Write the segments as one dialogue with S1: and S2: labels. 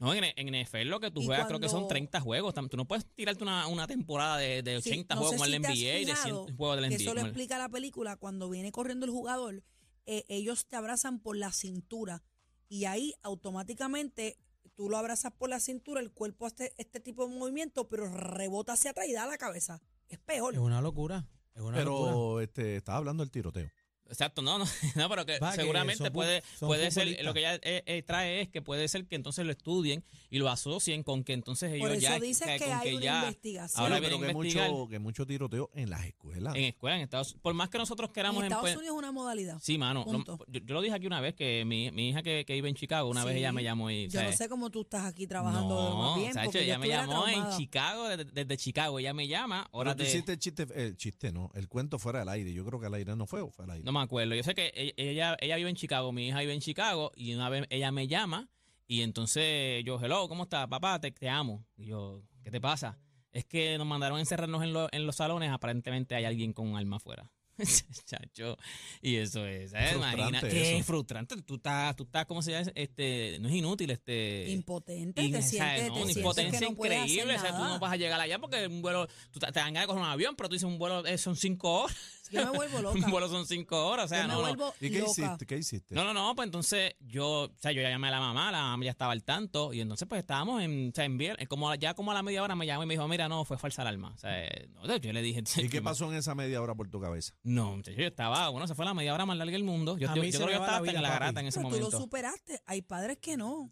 S1: No, en, en NFL lo que tú
S2: Y
S1: juegas creo que son
S2: cuando-
S1: 30 juegos. Tam- Tú no puedes tirarte una, una temporada de, de
S2: Sí,
S1: 80
S2: no
S1: juegos
S2: sé
S1: como
S2: si
S1: el
S2: te
S1: NBA,
S2: has
S1: de 100
S2: fijado
S1: juegos del
S2: que
S1: NBA.
S2: Eso lo
S1: como el-
S2: explica la película. Cuando viene corriendo el jugador, eh, ellos te abrazan por la cintura. Y ahí automáticamente tú lo abrazas por la cintura, el cuerpo hace este tipo de movimiento, pero rebota hacia atrás y da a la cabeza. Es peor.
S3: Es una locura. Es una locura.
S4: Pero este, estaba hablando del tiroteo.
S1: Exacto, no, no, no, pero que
S3: Va, que
S1: seguramente
S3: son fu-
S1: puede,
S3: son
S1: puede ser,
S3: futbolistas.
S1: lo que ella eh, eh, trae es que puede ser que entonces lo estudien y lo asocien con que entonces ellos
S2: Por eso
S1: ya,
S2: dices
S1: que-
S2: que,
S1: con
S2: hay
S1: que
S2: una
S1: ya
S2: investigación.
S1: ahora
S4: Bueno, pero
S1: viene a
S4: que
S1: investigar.
S4: mucho, que mucho tiroteo en las escuelas.
S1: en escuela, en Estados por más que nosotros
S2: En
S1: queramos en
S2: Estados
S1: pues-
S2: Unidos es una modalidad.
S1: Sí, mano, lo-
S2: Punto.
S1: yo, yo lo dije aquí una vez que mi, mi hija que, que vive en Chicago, una vez
S2: Sí.
S1: ella me llamó y
S2: Yo no
S1: ¿sabes?
S2: sé cómo tú estás aquí trabajando más bien.
S1: Sacho,
S2: porque yo
S1: ella me
S2: estuviera
S1: llamó en
S2: traumada.
S1: Chicago, desde, desde Chicago, ella me llama,
S4: Ahora
S1: horas
S4: tú
S1: de-
S4: hiciste el chiste, el chiste, no, el cuento fuera del aire. Yo creo que al aire no fue, o fue al aire.
S1: No me acuerdo. Yo sé que e- ella, ella vive en Chicago, mi hija vive en Chicago, y una vez ella me llama, y entonces yo, hello, ¿cómo estás? Papá, te, te amo. Y yo, ¿qué te pasa? Es que nos mandaron a encerrarnos en, lo- en los salones, aparentemente hay alguien con un arma afuera. Chacho, y eso es, ¿sabes?
S4: Frustrante
S1: Imagina, qué
S4: eso.
S1: frustrante. Tú estás, tú estás, ¿cómo se llama? Este, no es inútil, este.
S2: Impotente,
S1: Y,
S2: te
S1: o sea,
S2: sientes,
S1: no,
S2: te
S1: una
S2: sientes
S1: impotencia
S2: que no puedes hacer
S1: increíble. O sea, tú
S2: nada.
S1: no vas a llegar allá porque un vuelo, tú te, te dan ganas de coger un avión, pero tú dices un vuelo eh, son cinco horas.
S2: Yo me vuelvo loca.
S1: Un vuelo son cinco horas. O sea,
S2: yo me
S1: no, no.
S2: vuelvo
S4: ¿Y qué
S2: loca.
S4: hiciste? ¿Qué hiciste?
S1: No, no, no, pues entonces yo, o sea, yo ya llamé a la mamá, la mamá ya estaba al tanto, y entonces pues estábamos en, o sea, en vier- eh, como a- ya como a la media hora me llamó y me dijo, mira, no, fue falsa alarma. O sea, eh, no, yo le dije...
S4: ¿Y qué pasó en esa media hora por tu cabeza?
S1: No, muchacho, yo estaba, bueno, se fue la media hora más larga del mundo. Yo,
S3: A
S1: yo-
S3: mí
S1: yo
S3: se
S1: creo
S3: me
S1: que yo
S3: va
S1: estaba
S3: la
S1: hasta en
S3: vida,
S1: la
S3: papi.
S1: garata en ese
S2: Pero Pues, tú lo
S1: momento.
S2: superaste. Hay padres que no.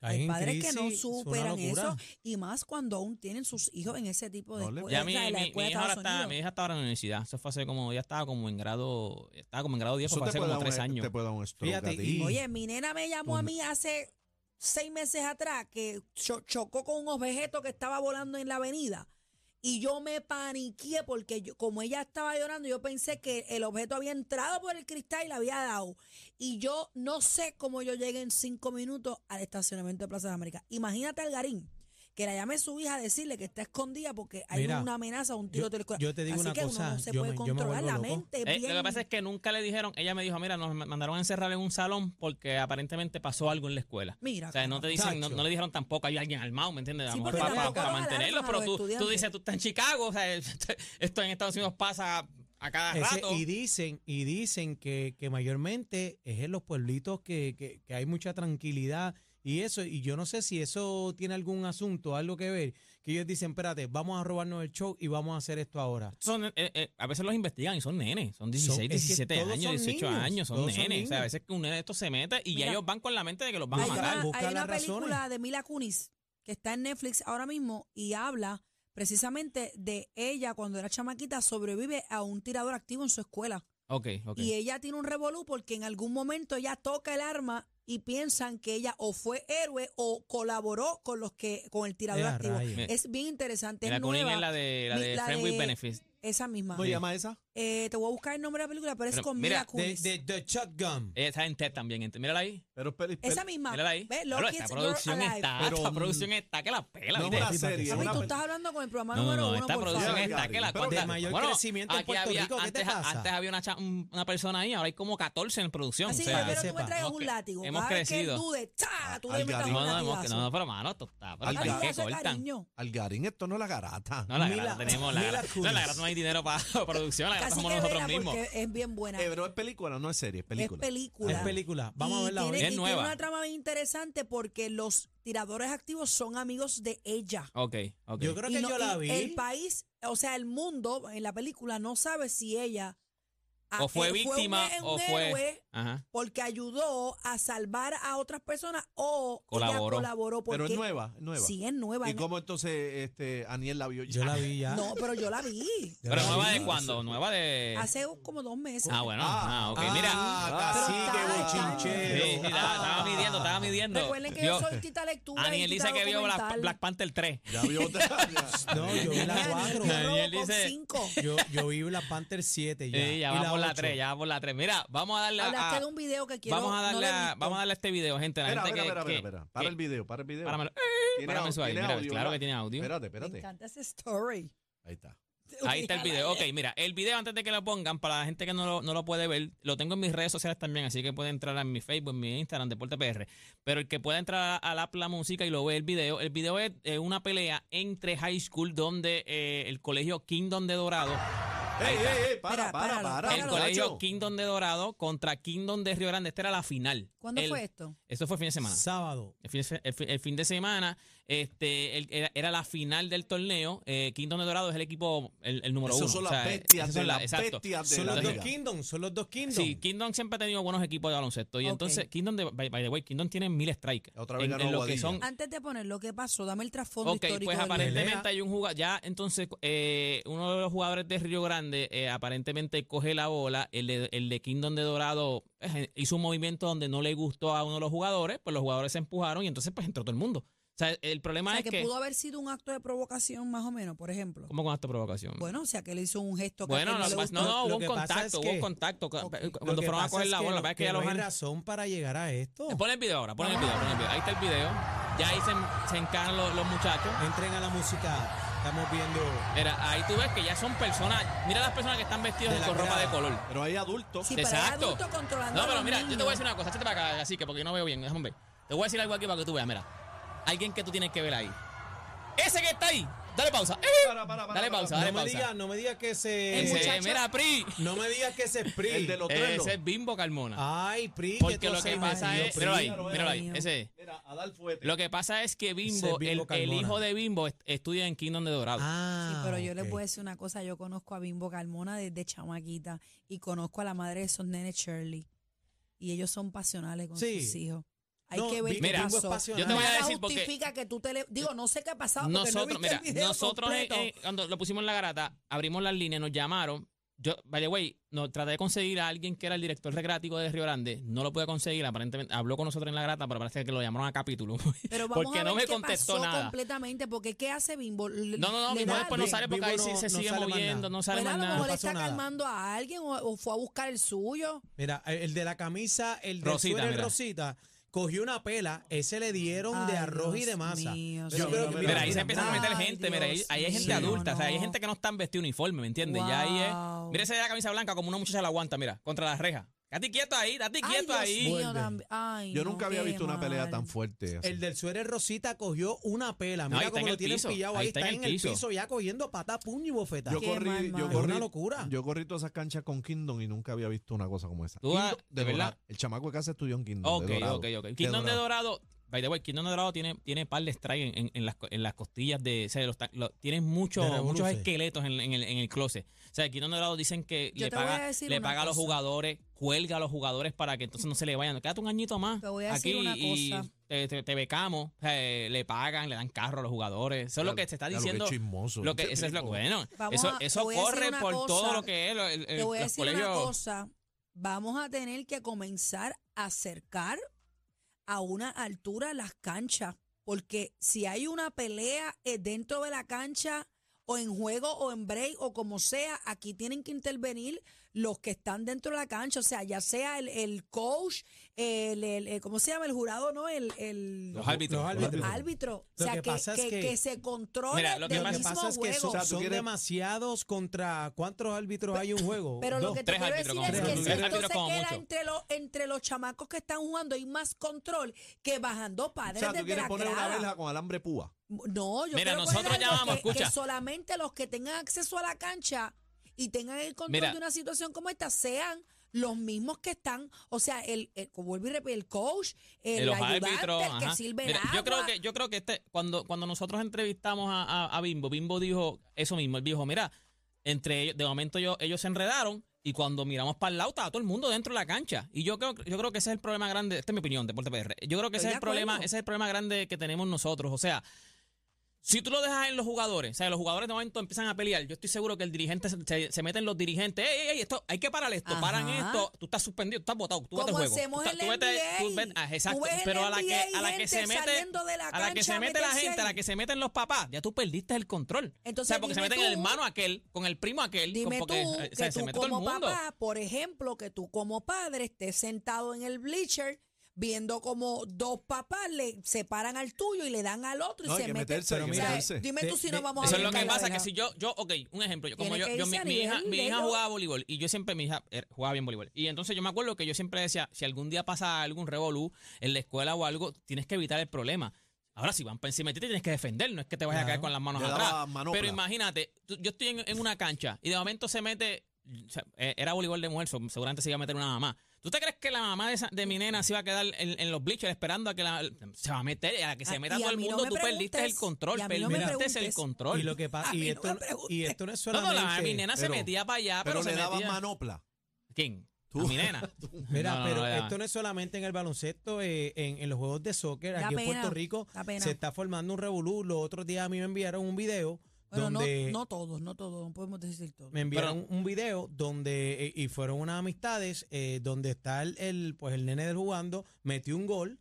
S3: Caen
S2: Hay
S3: en
S2: padres que
S3: crisis,
S2: no
S3: es una
S2: superan
S3: locura.
S2: eso y más cuando aún tienen sus hijos en ese tipo de
S4: No le-
S2: escuelas.
S1: ya mi,
S2: la
S1: mi- mi
S2: escuela de
S1: hija ahora
S2: Estados
S1: está, mi
S2: Unidos.
S1: hija está ahora en la universidad. Eso fue hace como, ya estaba como en grado, estaba como en grado 10,
S4: Eso
S1: fue hace como
S4: dar
S1: tres
S4: un-
S1: años.
S4: te puede dar un stroke a
S3: Fíjate,
S4: ti.
S3: y-
S2: Oye, mi nena me llamó a mí hace seis meses atrás que cho- chocó con un objeto que estaba volando en la avenida. Y yo me paniqué porque yo- como ella estaba llorando, yo pensé que el objeto había entrado por el cristal y la había dado. Y yo no sé cómo yo llegué en cinco minutos al estacionamiento de Plaza de América. Imagínate al garín que la llame su hija a decirle que está escondida porque hay
S3: Mira,
S2: una amenaza, un tiro
S3: yo-
S2: de la escuela.
S3: yo te digo
S2: Así
S3: una
S2: que
S3: cosa,
S2: uno no se
S3: yo
S2: puede
S3: me- yo me
S2: controlar la
S3: vuelvo loco.
S2: mente.
S1: Eh, lo que pasa es que nunca le dijeron, ella me dijo, mira, nos mandaron a encerrar en un salón porque aparentemente pasó algo en la escuela.
S2: Mira,
S1: O sea, no te dicen, no,
S3: Ah, Chacho.
S1: no le dijeron tampoco, hay alguien armado, ¿me entiendes? A lo
S2: Sí,
S1: mejor
S2: porque
S1: para,
S2: tampoco
S1: para
S2: alarman a
S1: mantenerlo,
S2: los
S1: pero tú, tú
S2: estudiantes.
S1: dices, tú estás en Chicago, o sea, esto en Estados Unidos pasa a cada
S3: Ese-
S1: rato.
S3: y dicen, y dicen que, que mayormente es en los pueblitos que, que- que hay mucha tranquilidad y eso, y yo no sé si eso tiene algún asunto, algo que ver, que ellos dicen, espérate, vamos a robarnos el show y vamos a hacer esto ahora.
S1: Son, eh, eh, a veces los investigan y son nenes, son 16,
S3: Son- es que
S1: 17
S3: todos
S1: años,
S3: son
S1: 18
S3: niños,
S1: años, son
S3: todos
S1: nenes.
S3: son
S1: O sea, a
S3: niños.
S1: veces que un nene de estos se mete y ya
S2: Mira.
S1: ellos van con la mente de que los van a
S2: Pues Hay
S3: Busca-
S1: matar.
S2: una,
S3: busca
S2: hay una
S3: las razones.
S2: película de Mila Kunis que está en Netflix ahora mismo y habla precisamente de ella cuando era chamaquita sobrevive a un tirador activo en su escuela
S1: Ok, ok.
S2: y ella tiene un revolú porque en algún momento ella toca el arma y piensan que ella o fue héroe o colaboró con los que con el tirador
S3: Eh, a
S2: activo.
S3: rayos.
S2: Es bien interesante,
S1: Mira,
S2: es
S1: Kunin
S2: nueva,
S1: es la de, la
S2: Mi-
S1: de
S2: la
S1: Friend with
S2: de-
S1: Benefits.
S2: esa misma.
S4: ¿Cómo llama esa?
S2: Eh, te voy a buscar el nombre de la película, pero es
S1: Pero
S2: con
S1: mira,
S2: Mila
S3: De,
S2: Kunis.
S3: de, de Shotgun.
S1: Ella está en TED también, ent- mírala ahí.
S4: Pero, es peli-
S2: esa
S4: peli-
S2: misma.
S1: Mírala ahí.
S2: Ve,
S1: Claro,
S2: Lucky,
S1: esta
S2: it's- you're
S1: producción
S2: alive.
S1: está,
S4: Pero,
S1: esta
S4: mm,
S1: producción está que la pela.
S4: no es
S1: ¿viste?
S4: una
S3: Sí, papi,
S4: serie, es
S3: papi,
S2: Papi,
S4: una
S2: tú
S4: peli-
S2: estás hablando con el programa
S1: No, no,
S2: número
S1: no,
S2: uno.
S1: esta
S2: por
S1: producción
S2: favor.
S4: favor.
S1: está que la
S4: Pero
S1: corta.
S3: de mayor crecimiento en
S1: aquí
S3: Puerto Rico, ¿qué te
S1: antes,
S3: pasa?
S1: antes había una, cha- un- una persona ahí, ahora hay como 14 en producción.
S2: Así
S1: o
S2: que
S1: sea,
S3: que
S2: pero tú
S3: sepa.
S2: me traes
S1: Ok,
S2: un látigo.
S1: hemos
S2: Cada vez que él
S1: crecido. Ah,
S2: dude, ¡cha! Tú
S4: Al
S2: le metes
S4: garito.
S2: un
S1: no, no, hemos-
S2: latigazo.
S1: no, pero mano, esto está. Pero
S4: Al
S1: también que
S2: Latigazo de
S1: cortan.
S2: cariño.
S4: Algarín, esto no es la garata.
S1: No, la
S3: Mila-
S1: grata tenemos la
S3: Mila
S1: grata. No, la
S3: Kunis.
S1: grata no hay dinero para producción, la grata
S2: Casi que
S1: somos nosotros
S2: vela
S1: mismos.
S2: porque es bien buena.
S4: Eh, pero es película, no es serie, es película.
S2: Es película.
S3: Es película. Vamos
S2: Y
S3: a verla
S2: tiene-
S3: hoy.
S1: Es
S2: y tiene
S1: nueva.
S2: una trama bien interesante porque los tiradores activos son amigos de ella.
S1: Ok, ok.
S3: Yo creo que
S2: Y no-
S3: yo la
S2: y
S3: vi.
S2: El país, o sea, el mundo en la película no sabe si ella
S1: O fue
S2: eh, un-
S1: víctima,
S2: un
S1: o fue-
S2: héroe
S1: Ajá.
S2: porque ayudó a salvar a otras personas o ella
S1: Colaboró.
S2: colaboró
S4: Pero
S2: porque-
S4: es nueva, es nueva.
S2: Sí, es nueva.
S4: ¿Y
S2: no-
S4: cómo entonces este, Aniel la vio?
S3: yo la vi ya.
S2: No, pero yo la vi.
S3: Yo
S1: Pero
S3: la
S1: nueva
S3: vi.
S1: de cuándo? Nueva
S4: Eh.
S1: de.
S2: Hace un- como dos meses.
S1: Ah, bueno. Ah, ok. Mira.
S4: Ah,
S2: Pero
S4: cacique,
S2: está-
S1: Sí,
S4: bochinchero. Ah.
S1: sí, estaba,
S3: ah.
S1: estaba midiendo, estaba midiendo.
S2: Recuerden que yo,
S1: Vio-
S2: soy tita lectura. y
S1: Aniel
S2: tita
S1: dice que vio Black,
S2: documental.
S1: Black Panther 3.
S4: Ya vio otra. ya.
S3: No, yo vi la
S2: Daniel,
S3: 4.
S2: yo robo
S1: Daniel
S2: con
S1: dice-
S2: cinco.
S3: Yo, yo vi la Panther 7 ya.
S1: Sí, ya
S3: y
S1: vamos por la
S3: ocho.
S1: 3, ya vamos por la 3. Mira, vamos a darle a-
S2: Hablaste
S1: a-
S2: de un video que quiero.
S1: Vamos a darle,
S2: no lo he
S1: a-
S2: visto.
S1: vamos a darle este video, gente. La
S4: Espera,
S1: gente
S4: espera, espera,
S1: que- que-
S4: espera, espera. Para
S1: que-
S4: el video, para el video.
S1: páramelo.
S4: Tiene
S1: Párame
S4: au-
S1: eso ahí,
S4: tiene
S1: mira,
S4: audio,
S1: claro
S4: ¿verdad?
S1: que tiene audio.
S4: Espérate,
S2: Me
S4: espérate.
S2: encanta ese story.
S4: Ahí está.
S1: Ahí está el video. Ok, mira, el video antes de que lo pongan, para la gente que no lo, no lo puede ver, lo tengo en mis redes sociales también, así que puede entrar en mi Facebook, en mi Instagram, Deporte PR. Pero el que pueda entrar a, la, la música y lo ve el video, el video es eh, una pelea entre high school donde eh, el colegio Kingdom de Dorado
S4: ¡Ey, ey, ey!
S2: Para,
S4: Para, para,
S2: páralo,
S4: para.
S2: páralo.
S1: el
S2: Claro,
S1: colegio
S4: muchacho.
S1: Kingdom de Dorado contra Kingdom de Río Grande. Esta era la final.
S2: ¿Cuándo
S1: El-
S2: fue esto?
S1: Eso fue fin de semana.
S3: Sábado.
S1: El fin, de se- el fin- el fin de semana este, el- era, era la final del torneo. Eh, Kingdom de Dorado es el equipo, el, el número uno.
S4: Esos son
S1: o
S4: las
S1: sea,
S4: bestias
S1: esas
S4: de
S1: son
S4: las
S1: las- exacto.
S4: bestias de
S3: Son
S4: la
S3: los dos
S4: liga.
S3: Kingdom, son los dos Kingdom.
S1: Sí, Kingdom siempre ha tenido buenos equipos de baloncesto. Y
S2: Ok.
S1: entonces, Kingdom, de, by, by the way, Kingdom tiene mil strikes.
S4: Otra vez
S1: en,
S4: ganó
S1: en lo que
S4: Guadilla.
S1: son
S2: Antes de poner lo que pasó, dame el trasfondo
S1: Ok,
S2: Ah, histórico.
S1: pues
S2: del-
S1: aparentemente hay un jugador, ya entonces eh, uno de los jugadores de Río Grande eh, aparentemente coge la bola, el de, el de Kingdom de Dorado eh, hizo un movimiento donde no le gustó a uno de los jugadores, pues los jugadores se empujaron y entonces pues entró todo el mundo. O sea, el
S2: O
S1: problema
S2: sea,
S1: es
S2: que,
S1: que,
S2: pudo haber sido un acto de provocación, más o menos, por ejemplo.
S1: ¿cómo con esta provocación?
S2: Bueno, o sea, que le hizo un gesto que a
S1: Bueno,
S2: aquel
S1: no,
S2: le
S1: lo que pasa- no,
S2: gustó.
S1: no,
S3: Lo
S1: hubo un
S3: que pasa
S1: contacto,
S3: es
S1: hubo un
S3: que-
S1: contacto. ca-
S2: Ok.
S3: Lo
S1: Cuando
S3: que
S1: fueron a
S3: pasa
S1: coger
S3: es
S1: la bola,
S3: no-
S1: la verdad es que ya
S3: no
S1: los
S3: hay
S1: han-
S3: razón para llegar a esto.
S1: Pon el video ahora, pon el video, pon el video. Ahí está el video. Ya ahí se, se encajan los- los muchachos.
S3: Entren a la música. Estamos viendo.
S1: Mira, ahí tú ves que ya son personas. Mira las personas que están vestidas
S3: De la
S1: con ropa
S3: grada.
S1: de color.
S4: Pero hay adultos.
S2: Sí, pero hay
S1: Exacto.
S2: adultos controlando
S1: No,
S2: a
S1: pero
S2: los
S1: mira, yo te voy a
S2: niños.
S1: decir una cosa. Échate para acá, así que porque yo no veo bien, déjame ver. Te voy a decir algo aquí para que tú veas, mira. Alguien que tú tienes que ver ahí. Ese que está ahí. Dale pausa. ¡Eh!
S4: Para, para, para,
S1: Dale
S4: para.
S1: pausa,
S3: No
S1: dale
S3: me
S1: pausa.
S3: digas, no me digas que
S2: El
S1: Ese,
S3: se.
S2: muchacho-
S1: mira, Pri.
S3: No me digas que se es PRI.
S4: El de los truenos.
S1: Ese es Bimbo Carmona.
S3: Ay, PRI.
S1: Porque
S3: que tú
S1: lo que
S3: seas-
S1: pasa
S3: Ay,
S1: es.
S3: Ah, Dios,
S1: Míralo
S3: PRI.
S1: ahí,
S2: Dios
S1: míralo ahí.
S2: mío.
S1: Ese.
S4: Mira, a dar fuerte.
S1: Lo que pasa es que
S3: es
S1: Bimbo,
S3: Bimbo
S1: el, el
S3: Carmona.
S1: hijo de Bimbo, est- estudia en Kingdom de Dorado.
S3: Ah,
S2: Sí, pero yo les
S3: ok.
S2: voy a decir una cosa, yo conozco a Bimbo Carmona desde chamaquita y conozco a la madre de esos nenes Shirley y ellos son pasionales con
S3: Sí.
S2: sus hijos. Hay
S3: No,
S2: que ver
S3: Bi-
S2: qué
S1: Mira,
S3: Bimbo es
S2: pasó.
S3: pasional.
S1: Yo te voy a
S2: Nada
S1: decir porque-
S2: justifica que tú te le... Digo, no sé qué ha pasado porque
S1: Nosotros,
S2: no he visto
S1: mira,
S2: el video
S1: nosotros eh,
S2: completo.
S1: eh, cuando lo pusimos en la garata, abrimos las líneas, nos llamaron. Yo, by the way, no, traté de conseguir a alguien que era el director recreativo de Río Grande. No lo pude conseguir, aparentemente habló con nosotros en la garata, pero parece que lo llamaron a capítulo.
S2: pero vamos
S1: porque
S2: a ver
S1: no me
S2: qué
S1: contestó
S2: pasó
S1: nada.
S2: completamente, porque ¿qué hace Bimbo? Le-
S1: No, no, no,
S2: le
S1: mi
S2: da
S1: después no
S2: algo.
S1: sale porque ahí
S3: Bimbo
S1: sí se
S3: no- no
S1: sigue
S3: sale más
S1: moviendo,
S3: nada.
S1: no sale
S2: Pues
S1: más
S2: nada, a lo
S1: nada.
S2: mejor
S3: no
S2: está
S3: pasó nada.
S2: calmando a alguien o, o fue a buscar el suyo.
S3: Mira, el de la camisa, el de
S1: Rosita,
S3: Rosita,
S1: mira.
S3: Rosita, cogió una pela, ese le dieron de
S2: Ay,
S3: arroz y
S2: Dios
S3: de masa.
S2: mío,
S3: Pero
S4: sí.
S3: creo
S4: Mira,
S1: Mira, ahí se
S4: mira,
S1: empiezan a
S2: mira.
S1: meter
S2: Ay,
S1: gente, mira, ahí,
S2: Dios
S1: ahí hay gente
S3: mío,
S1: adulta, o sea, hay
S2: no.
S1: gente que no están vestida uniforme, ¿me entiendes? Ya ahí es.
S2: Wow.
S1: Mira esa de la camisa blanca, como una muchacha la aguanta, mira, contra la reja. Date quieto ahí, date
S2: Ay,
S1: quieto
S2: Dios
S1: ahí.
S2: mío,
S4: Vuelve.
S2: también. Ay,
S4: Yo
S2: no,
S4: nunca había
S2: qué
S4: visto una pelea tan
S2: mal.
S4: fuerte. así.
S3: El del suéter Rosita cogió una pela.
S1: No, ahí
S3: Mira
S1: está
S3: cómo
S1: en
S3: lo
S1: el
S3: tienen
S1: piso,
S3: pillado. Ahí, está, en el piso. ya cogiendo pata, puño y bofetada.
S4: yo
S2: Qué
S4: corrí,
S2: mal,
S4: yo
S2: mal.
S4: corrí,
S3: Es una locura.
S4: Yo corrí todas esas canchas con Kingdom y nunca había visto una cosa como esa.
S1: Tú vas-
S4: Kingdom
S1: ¿de
S4: Dorado.
S1: verdad?
S4: El chamaco de casa estudió en Kingdom.
S1: Ok,
S4: de Dorado.
S1: ok, ok. Kingdom de
S4: Dorado.
S1: Dorado, by the way, Kingdom de Dorado tiene, tiene par de strikes en, en- en las, co- en las costillas de. O sea, los ta- los- tienen muchos-
S3: De revoluce.
S1: muchos esqueletos en, en el, en el closet. O sea, Kingdom de Dorado dicen que
S2: Yo
S1: le
S2: te voy a
S1: paga,
S2: decir
S1: le
S2: una
S1: paga a los
S2: cosa.
S1: jugadores, cuelga a los jugadores para que entonces no se le vayan. Quédate un añito más.
S2: Te voy a
S1: aquí
S2: decir una
S1: y
S2: cosa.
S1: Te, te- te becamos, eh, le pagan, le dan carro a los jugadores. Eso es lo que te está
S4: Claro, qué
S1: diciendo.
S4: chismoso.
S1: Lo que, eso es lo que- bueno.
S2: Vamos
S1: Eso,
S2: a- te
S1: eso
S2: voy a decir
S1: corre
S2: una
S1: por todo
S2: cosa.
S1: lo que es lo- el- el-
S2: Te voy a
S1: los
S2: decir una
S1: colegios.
S2: cosa. Vamos a tener que comenzar a acercar a una altura las canchas, porque si hay una pelea eh, dentro de la cancha o en juego o en break o como sea, aquí tienen que intervenir los que están dentro de la cancha, o sea, ya sea el, el coach, el, el- el- ¿cómo se llama? El jurado, ¿no? El, el
S1: Los árbitros.
S3: Los
S2: el
S3: árbitros.
S2: árbitro. O
S3: Lo
S2: sea,
S3: que
S2: que,
S3: pasa es
S2: que-
S3: que-
S2: que se controle
S1: Mira, lo que
S2: del
S3: Lo que
S2: mismo
S3: pasa es que
S2: juego.
S3: son,
S4: O sea, tú
S3: son
S4: quieres-
S3: demasiados contra... ¿Cuántos árbitros hay en un juego?
S2: Pero lo
S3: Dos.
S2: que te
S1: tres
S2: quiero
S1: árbitros
S2: decir
S1: como
S2: es que si
S3: mucho. Tres
S2: esto se
S1: árbitros como
S2: queda
S1: mucho.
S2: entre los, entre los chamacos que están jugando, hay más control que bajando
S4: O
S2: padres
S4: sea, tú
S2: desde
S4: quieres
S2: la
S4: poner una
S2: grada.
S4: verja con alambre púa.
S2: No, yo
S1: Mira,
S2: quiero
S1: nosotros
S2: poner algo
S1: llamamos,
S2: que,
S1: escucha.
S2: que solamente los que tengan acceso a la cancha y tengan el control
S1: Mira.
S2: de una situación como esta sean los mismos que están, o sea, el, el vuelvo y repito, el coach, el,
S1: Eh, los
S2: ayudante,
S1: árbitros,
S2: el que
S1: ajá.
S2: sirve
S1: Mira,
S2: el agua.
S1: yo creo que yo creo que este cuando cuando nosotros entrevistamos a, a- a Bimbo Bimbo dijo eso mismo él dijo mira entre ellos de momento yo, ellos se enredaron y cuando miramos para el lado estaba todo el mundo dentro de la cancha y yo creo yo creo que ese es el problema grande esta es mi opinión deporte PR yo creo que ese
S2: Estoy
S1: es
S2: de
S1: el problema
S2: acuerdo.
S1: ese es el problema grande que tenemos nosotros o sea si tú lo dejas en los jugadores, o sea, los jugadores de momento empiezan a pelear, yo estoy seguro que el dirigente se, se- se mete en los dirigentes. ¡Ey, ey, ey! Esto, hay que parar esto,
S2: Ajá.
S1: paran esto. Tú estás suspendido, tú estás votado, tú vete
S2: como
S1: juego.
S2: hacemos
S1: tú,
S2: en
S1: estás-
S2: la
S1: tú vete-
S2: NBA.
S1: tú vete- ah, exacto,
S2: Tú ves en
S1: pero
S2: la
S1: a la que,
S2: NBA
S1: a la que
S2: gente
S1: se mete
S2: saliendo de la
S1: a la que
S2: cancha
S1: se
S2: a
S1: mete la
S2: meterse
S1: gente, a la
S2: ahí.
S1: que se meten los papás, ya tú perdiste el control.
S2: Entonces,
S1: o sea, porque se
S2: dime
S1: meten el
S2: tú-
S1: hermano aquel, con el primo aquel, con-
S2: Dime tú,
S1: porque eh, o sea,
S2: que
S1: se
S2: tú
S1: mete todo el
S2: como
S1: mundo.
S2: papá, por ejemplo, que tú como padre estés sentado en el bleacher viendo como dos papás le separan al tuyo y le dan al otro y
S4: No, hay
S2: se
S4: que
S2: meten.
S4: meterse, hay
S3: pero
S4: que
S2: O sea,
S3: mira,
S4: meterse. Eh,
S2: dime
S3: de-
S2: tú si
S3: de-
S2: no vamos
S1: Eso
S2: a
S1: es lo que
S2: llegar a la
S1: pasa, que
S2: verdad.
S1: si yo, yo, ok, un ejemplo, yo como
S2: Tiene
S1: yo,
S2: que
S1: yo- mi,
S2: irse a
S1: mi hija,
S2: nivel
S1: mi hija
S2: lejos.
S1: jugaba voleibol y yo siempre, mi hija eh, jugaba bien voleibol. Y entonces yo me acuerdo que yo siempre decía, si algún día pasa algo, un revolú en la escuela o algo, tienes que evitar el problema. Ahora, si van para encima de ti, te tienes que defender, no es que te vayas a caer
S3: Claro.
S1: con las manos
S4: Le daba
S1: atrás.
S4: manopla.
S1: Pero imagínate, tú- yo estoy en, en una cancha y de momento se mete, o sea, eh, era voleibol de mujer, so- seguramente se iba a meter una mamá. ¿Tú te crees que la mamá de, esa- de mi nena se iba a quedar en, en los bleachers esperando a que la, se va a meter, a que
S2: Ah,
S1: se meta
S2: y a
S1: todo el
S2: mí no
S1: mundo?
S2: me
S1: tú perdiste el
S2: preguntes,
S1: control,
S2: y a mí no me
S1: perdiste el
S2: preguntes.
S1: control.
S3: Y lo que pasa,
S2: A
S3: y
S2: mí no
S3: esto,
S2: me
S3: no- y
S2: preguntes.
S3: esto no es
S1: No, no,
S3: solamente.
S1: la, mi nena se
S4: Pero-
S1: metía para allá, Ah, pero,
S4: Pero
S1: se
S4: le daba
S1: metía.
S4: manopla.
S1: ¿Quién?
S4: Tú.
S1: A mi nena.
S3: Mira,
S1: No, no,
S3: pero
S1: no, ya.
S3: esto no es solamente en el baloncesto, eh, en, en los juegos de soccer,
S2: Da
S3: aquí en
S2: pena,
S3: Puerto Rico
S2: da pena.
S3: se está formando un revolú. Los otros días a mí me enviaron un video
S2: Bueno, no,
S3: donde
S2: no todos, no todos, no podemos decir todos.
S3: me enviaron un video donde eh, y fueron unas amistades eh, donde está el, el, pues el nene del jugando metió un gol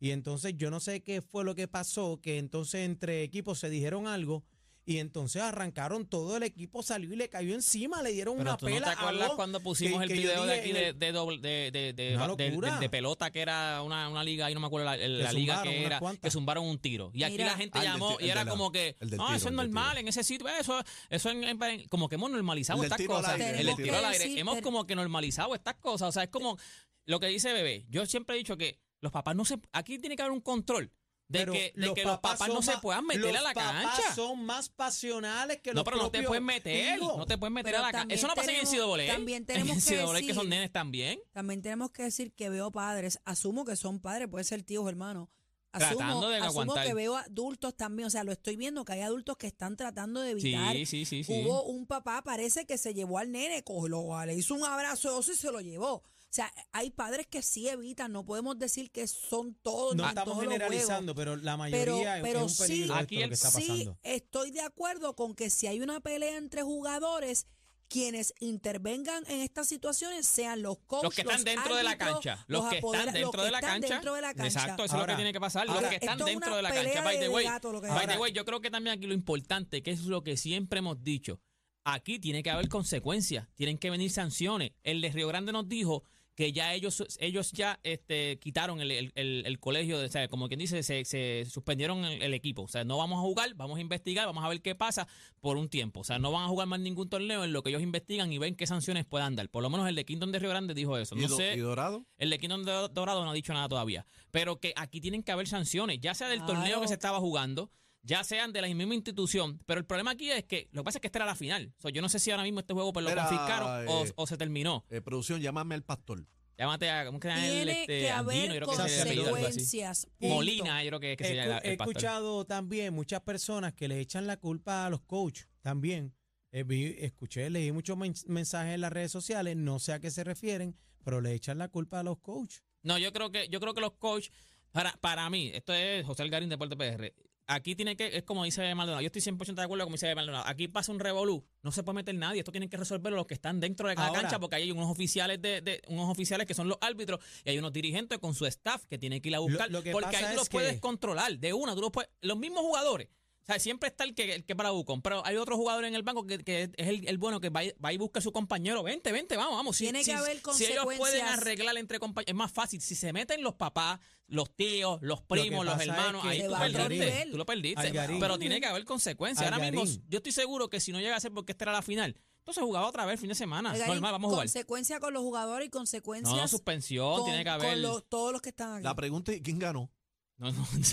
S3: y entonces yo no sé qué fue lo que pasó que entonces entre equipos se dijeron algo y entonces arrancaron todo el equipo salió y le cayó encima le dieron
S1: Pero
S3: una
S1: tú no
S3: pela
S1: te acuerdas
S3: a dos,
S1: cuando pusimos
S3: que-
S1: el
S3: que yo
S1: video de
S3: dije
S1: aquí
S3: en
S1: de,
S3: el-
S1: de, doble- de, de, de- de-
S3: Una
S1: de-
S3: locura.
S1: de pelota que era una, una liga, y no me acuerdo la, el-
S3: Que
S1: la liga
S3: zumbaron
S1: que
S3: unas
S1: era,
S3: cuantas.
S1: que zumbaron un tiro. Y aquí
S2: Mira.
S1: la gente
S4: Ah, el del
S1: llamó
S4: ti-
S1: y
S4: el
S1: era
S4: de la-
S1: como que,
S4: el del
S1: no,
S4: tiro,
S1: eso es
S4: el del
S1: normal,
S4: tiro".
S1: en ese sitio, eh, eso, eso en- en- en- como que hemos normalizado
S4: El del
S1: estas
S4: tiro al
S1: cosas.
S4: aire,
S1: El,
S4: el
S1: del
S4: del
S1: tiro
S4: tiro.
S1: al aire,
S2: Decir,
S1: hemos
S2: pero-
S1: como que normalizado estas cosas. O sea, es como lo que dice Bebé. Yo siempre he dicho que los papás no se, aquí tiene que haber un control. De
S3: Pero
S1: que, de que los papás
S3: son
S1: no se
S3: más-
S1: puedan meter
S3: los
S1: a la
S3: papás
S1: cancha.
S3: son más pasionales que
S1: No,
S3: los
S1: pero no te
S3: propios
S1: puedes meter.
S3: hijos.
S1: No te puedes meter
S2: Pero
S1: a la cancha.
S2: también
S1: Eso no pasa en
S2: tenemos-
S1: NCAA.
S2: también tenemos que
S1: en NCAA que, son
S2: decir-
S1: nenes también.
S2: También tenemos que decir que veo padres, asumo que son padres, puede ser tíos, hermanos. Asumo,
S1: Tratando de
S2: asumo
S1: aguantar.
S2: que veo adultos también, o sea, lo estoy viendo que hay adultos que están tratando de evitar.
S1: Sí, sí, sí, sí.
S2: Hubo un papá, parece que se llevó al nene, cogió, le hizo un abrazo de oso y se lo llevó. O sea, hay padres que sí evitan, no podemos decir que son todos.
S1: Ah.
S3: No
S2: en
S3: estamos
S2: todos los juegos.
S3: generalizando, pero la
S2: Pero,
S3: mayoría es-
S2: pero
S3: es un
S2: sí,
S3: peligro esto
S1: Aquí
S3: lo
S1: el-
S3: que está
S2: sí
S3: pasando.
S2: estoy de acuerdo con que si hay una pelea entre jugadores, quienes intervengan en estas situaciones sean los coaches,
S1: Los que están dentro de la cancha. Los, que están dentro, de, la cancha. Exacto, eso es lo
S3: Ahora,
S1: que tiene que pasar.
S3: ahora,
S1: los que están
S2: esto es
S1: dentro
S2: una
S1: de la cancha.
S2: pelea
S1: By the
S2: de
S1: way,
S2: gato, lo que
S1: by
S2: es.
S1: the way, yo creo que también aquí lo importante, que es lo que siempre hemos dicho, aquí tiene que haber consecuencias, tienen que venir sanciones. El de Río Grande nos dijo que ya ellos ellos ya este, quitaron el, el- el- el colegio, de- o sea, como quien dice, se, se suspendieron el, el equipo. O sea, no vamos a jugar, vamos a investigar, vamos a ver qué pasa por un tiempo. O sea, no van a jugar más ningún torneo en lo que ellos investigan y ven qué sanciones puedan dar. Por lo menos el de Quinton de Río Grande dijo eso.
S4: ¿Y
S1: No
S4: do-
S1: sé,
S4: ¿Y dorado?
S1: el de Kingdom Do- Dorado no ha dicho nada todavía. Pero que aquí tienen que haber sanciones, ya sea del
S2: Claro.
S1: torneo que se estaba jugando, ya sean de la misma institución. Pero el problema aquí es que lo que pasa es que esta era la final. So, yo no sé si ahora mismo este juego pues, lo
S4: Era,
S1: confiscaron o,
S4: eh,
S1: o se terminó.
S4: Eh, producción, llámame al pastor.
S1: Llámate a. ¿Cómo que se llama él?
S2: Tiene
S1: Este,
S2: que
S1: Andino, yo
S2: haber
S1: creo que se llama el apellido, algo así.
S2: consecuencias. punto.
S1: Molina, yo creo que, que se
S3: Escu-
S1: llama el,
S3: he
S1: el pastor.
S3: escuchado también muchas personas que le echan la culpa a los coaches también. Eh, vi- escuché, leí muchos men- mensajes en las redes sociales, no sé a qué se refieren, pero le echan la culpa a los coaches.
S1: No, yo creo que, yo creo que los coaches, para, para mí, esto es José Algarín, Deporte PR. Aquí tiene que, es como dice Maldonado, yo estoy 100% de acuerdo con como dice Maldonado. Aquí pasa un revolú, no se puede meter nadie, esto tienen que resolverlo los que están dentro de cada
S3: Ahora.
S1: cancha, porque hay unos oficiales de, de- unos oficiales que son los árbitros y hay unos dirigentes con su staff que tienen que ir a buscar,
S3: lo que
S1: porque ahí
S3: pasa
S1: tú los
S3: es que-
S1: puedes controlar, de una, tú los puedes, los mismos jugadores. O sea, siempre está el que, el que para bucón, pero hay otro jugador en el banco que, que es el, el bueno que va, y- va y busca a su compañero. Vente, vente, vamos, vamos. Si-
S2: Tiene que
S1: si-
S2: haber
S1: Si ellos pueden
S2: consecuencias.
S1: arreglar entre compañeros, es más fácil. Si se meten los papás, los tíos, los primos, los
S3: pasa es
S1: hermanos,
S3: que
S1: ahí
S2: se
S1: tú
S2: va a otro
S1: perdiste.
S2: nivel.
S1: Tú lo perdiste.
S3: Algarín.
S1: Pero tiene que haber consecuencias. Ahora mismo,
S3: Algarín.
S1: yo estoy seguro que si no llega a ser porque esta era la final, entonces jugaba otra vez el fin de semana.
S2: Oiga, hay
S1: Normal, vamos a jugar.
S2: Consecuencia con los jugadores y consecuencias
S1: No, no, suspensión,
S2: con,
S1: tiene que
S2: con
S1: haber.
S2: los- todos los que están aquí.
S4: La pregunta es, ¿quién ganó?
S1: No, no,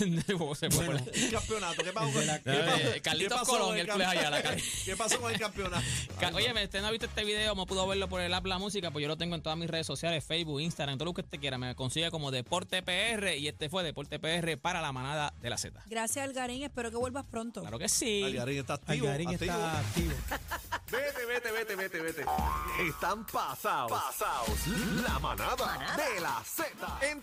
S1: se fue por la-
S4: El campeonato. ¿Qué pasó?
S3: El de la-
S4: ¿Qué pasó-
S1: Eh,
S4: qué
S1: Carlitos
S4: pasó
S1: Colón
S4: con
S1: y
S4: el
S1: Hércules
S4: campe-
S1: Ayala, Carlitos.
S4: ¿Qué pasó con el campeonato?
S1: Ca- Oye, me- usted no ha visto este video, como pudo verlo por el app La Música, pues yo lo tengo en todas mis redes sociales, Facebook, Instagram, todo lo que usted quiera. Me consigue como Deporte PR y este fue Deporte PR para la manada de la Z.
S2: Gracias, Algarín. Espero que vuelvas pronto.
S1: Claro que sí.
S4: Algarín está activo.
S3: Algarín
S4: activo.
S3: está activo.
S5: Vete, vete, vete, vete, vete. Están pasados. Pasados. La manada, de la Z.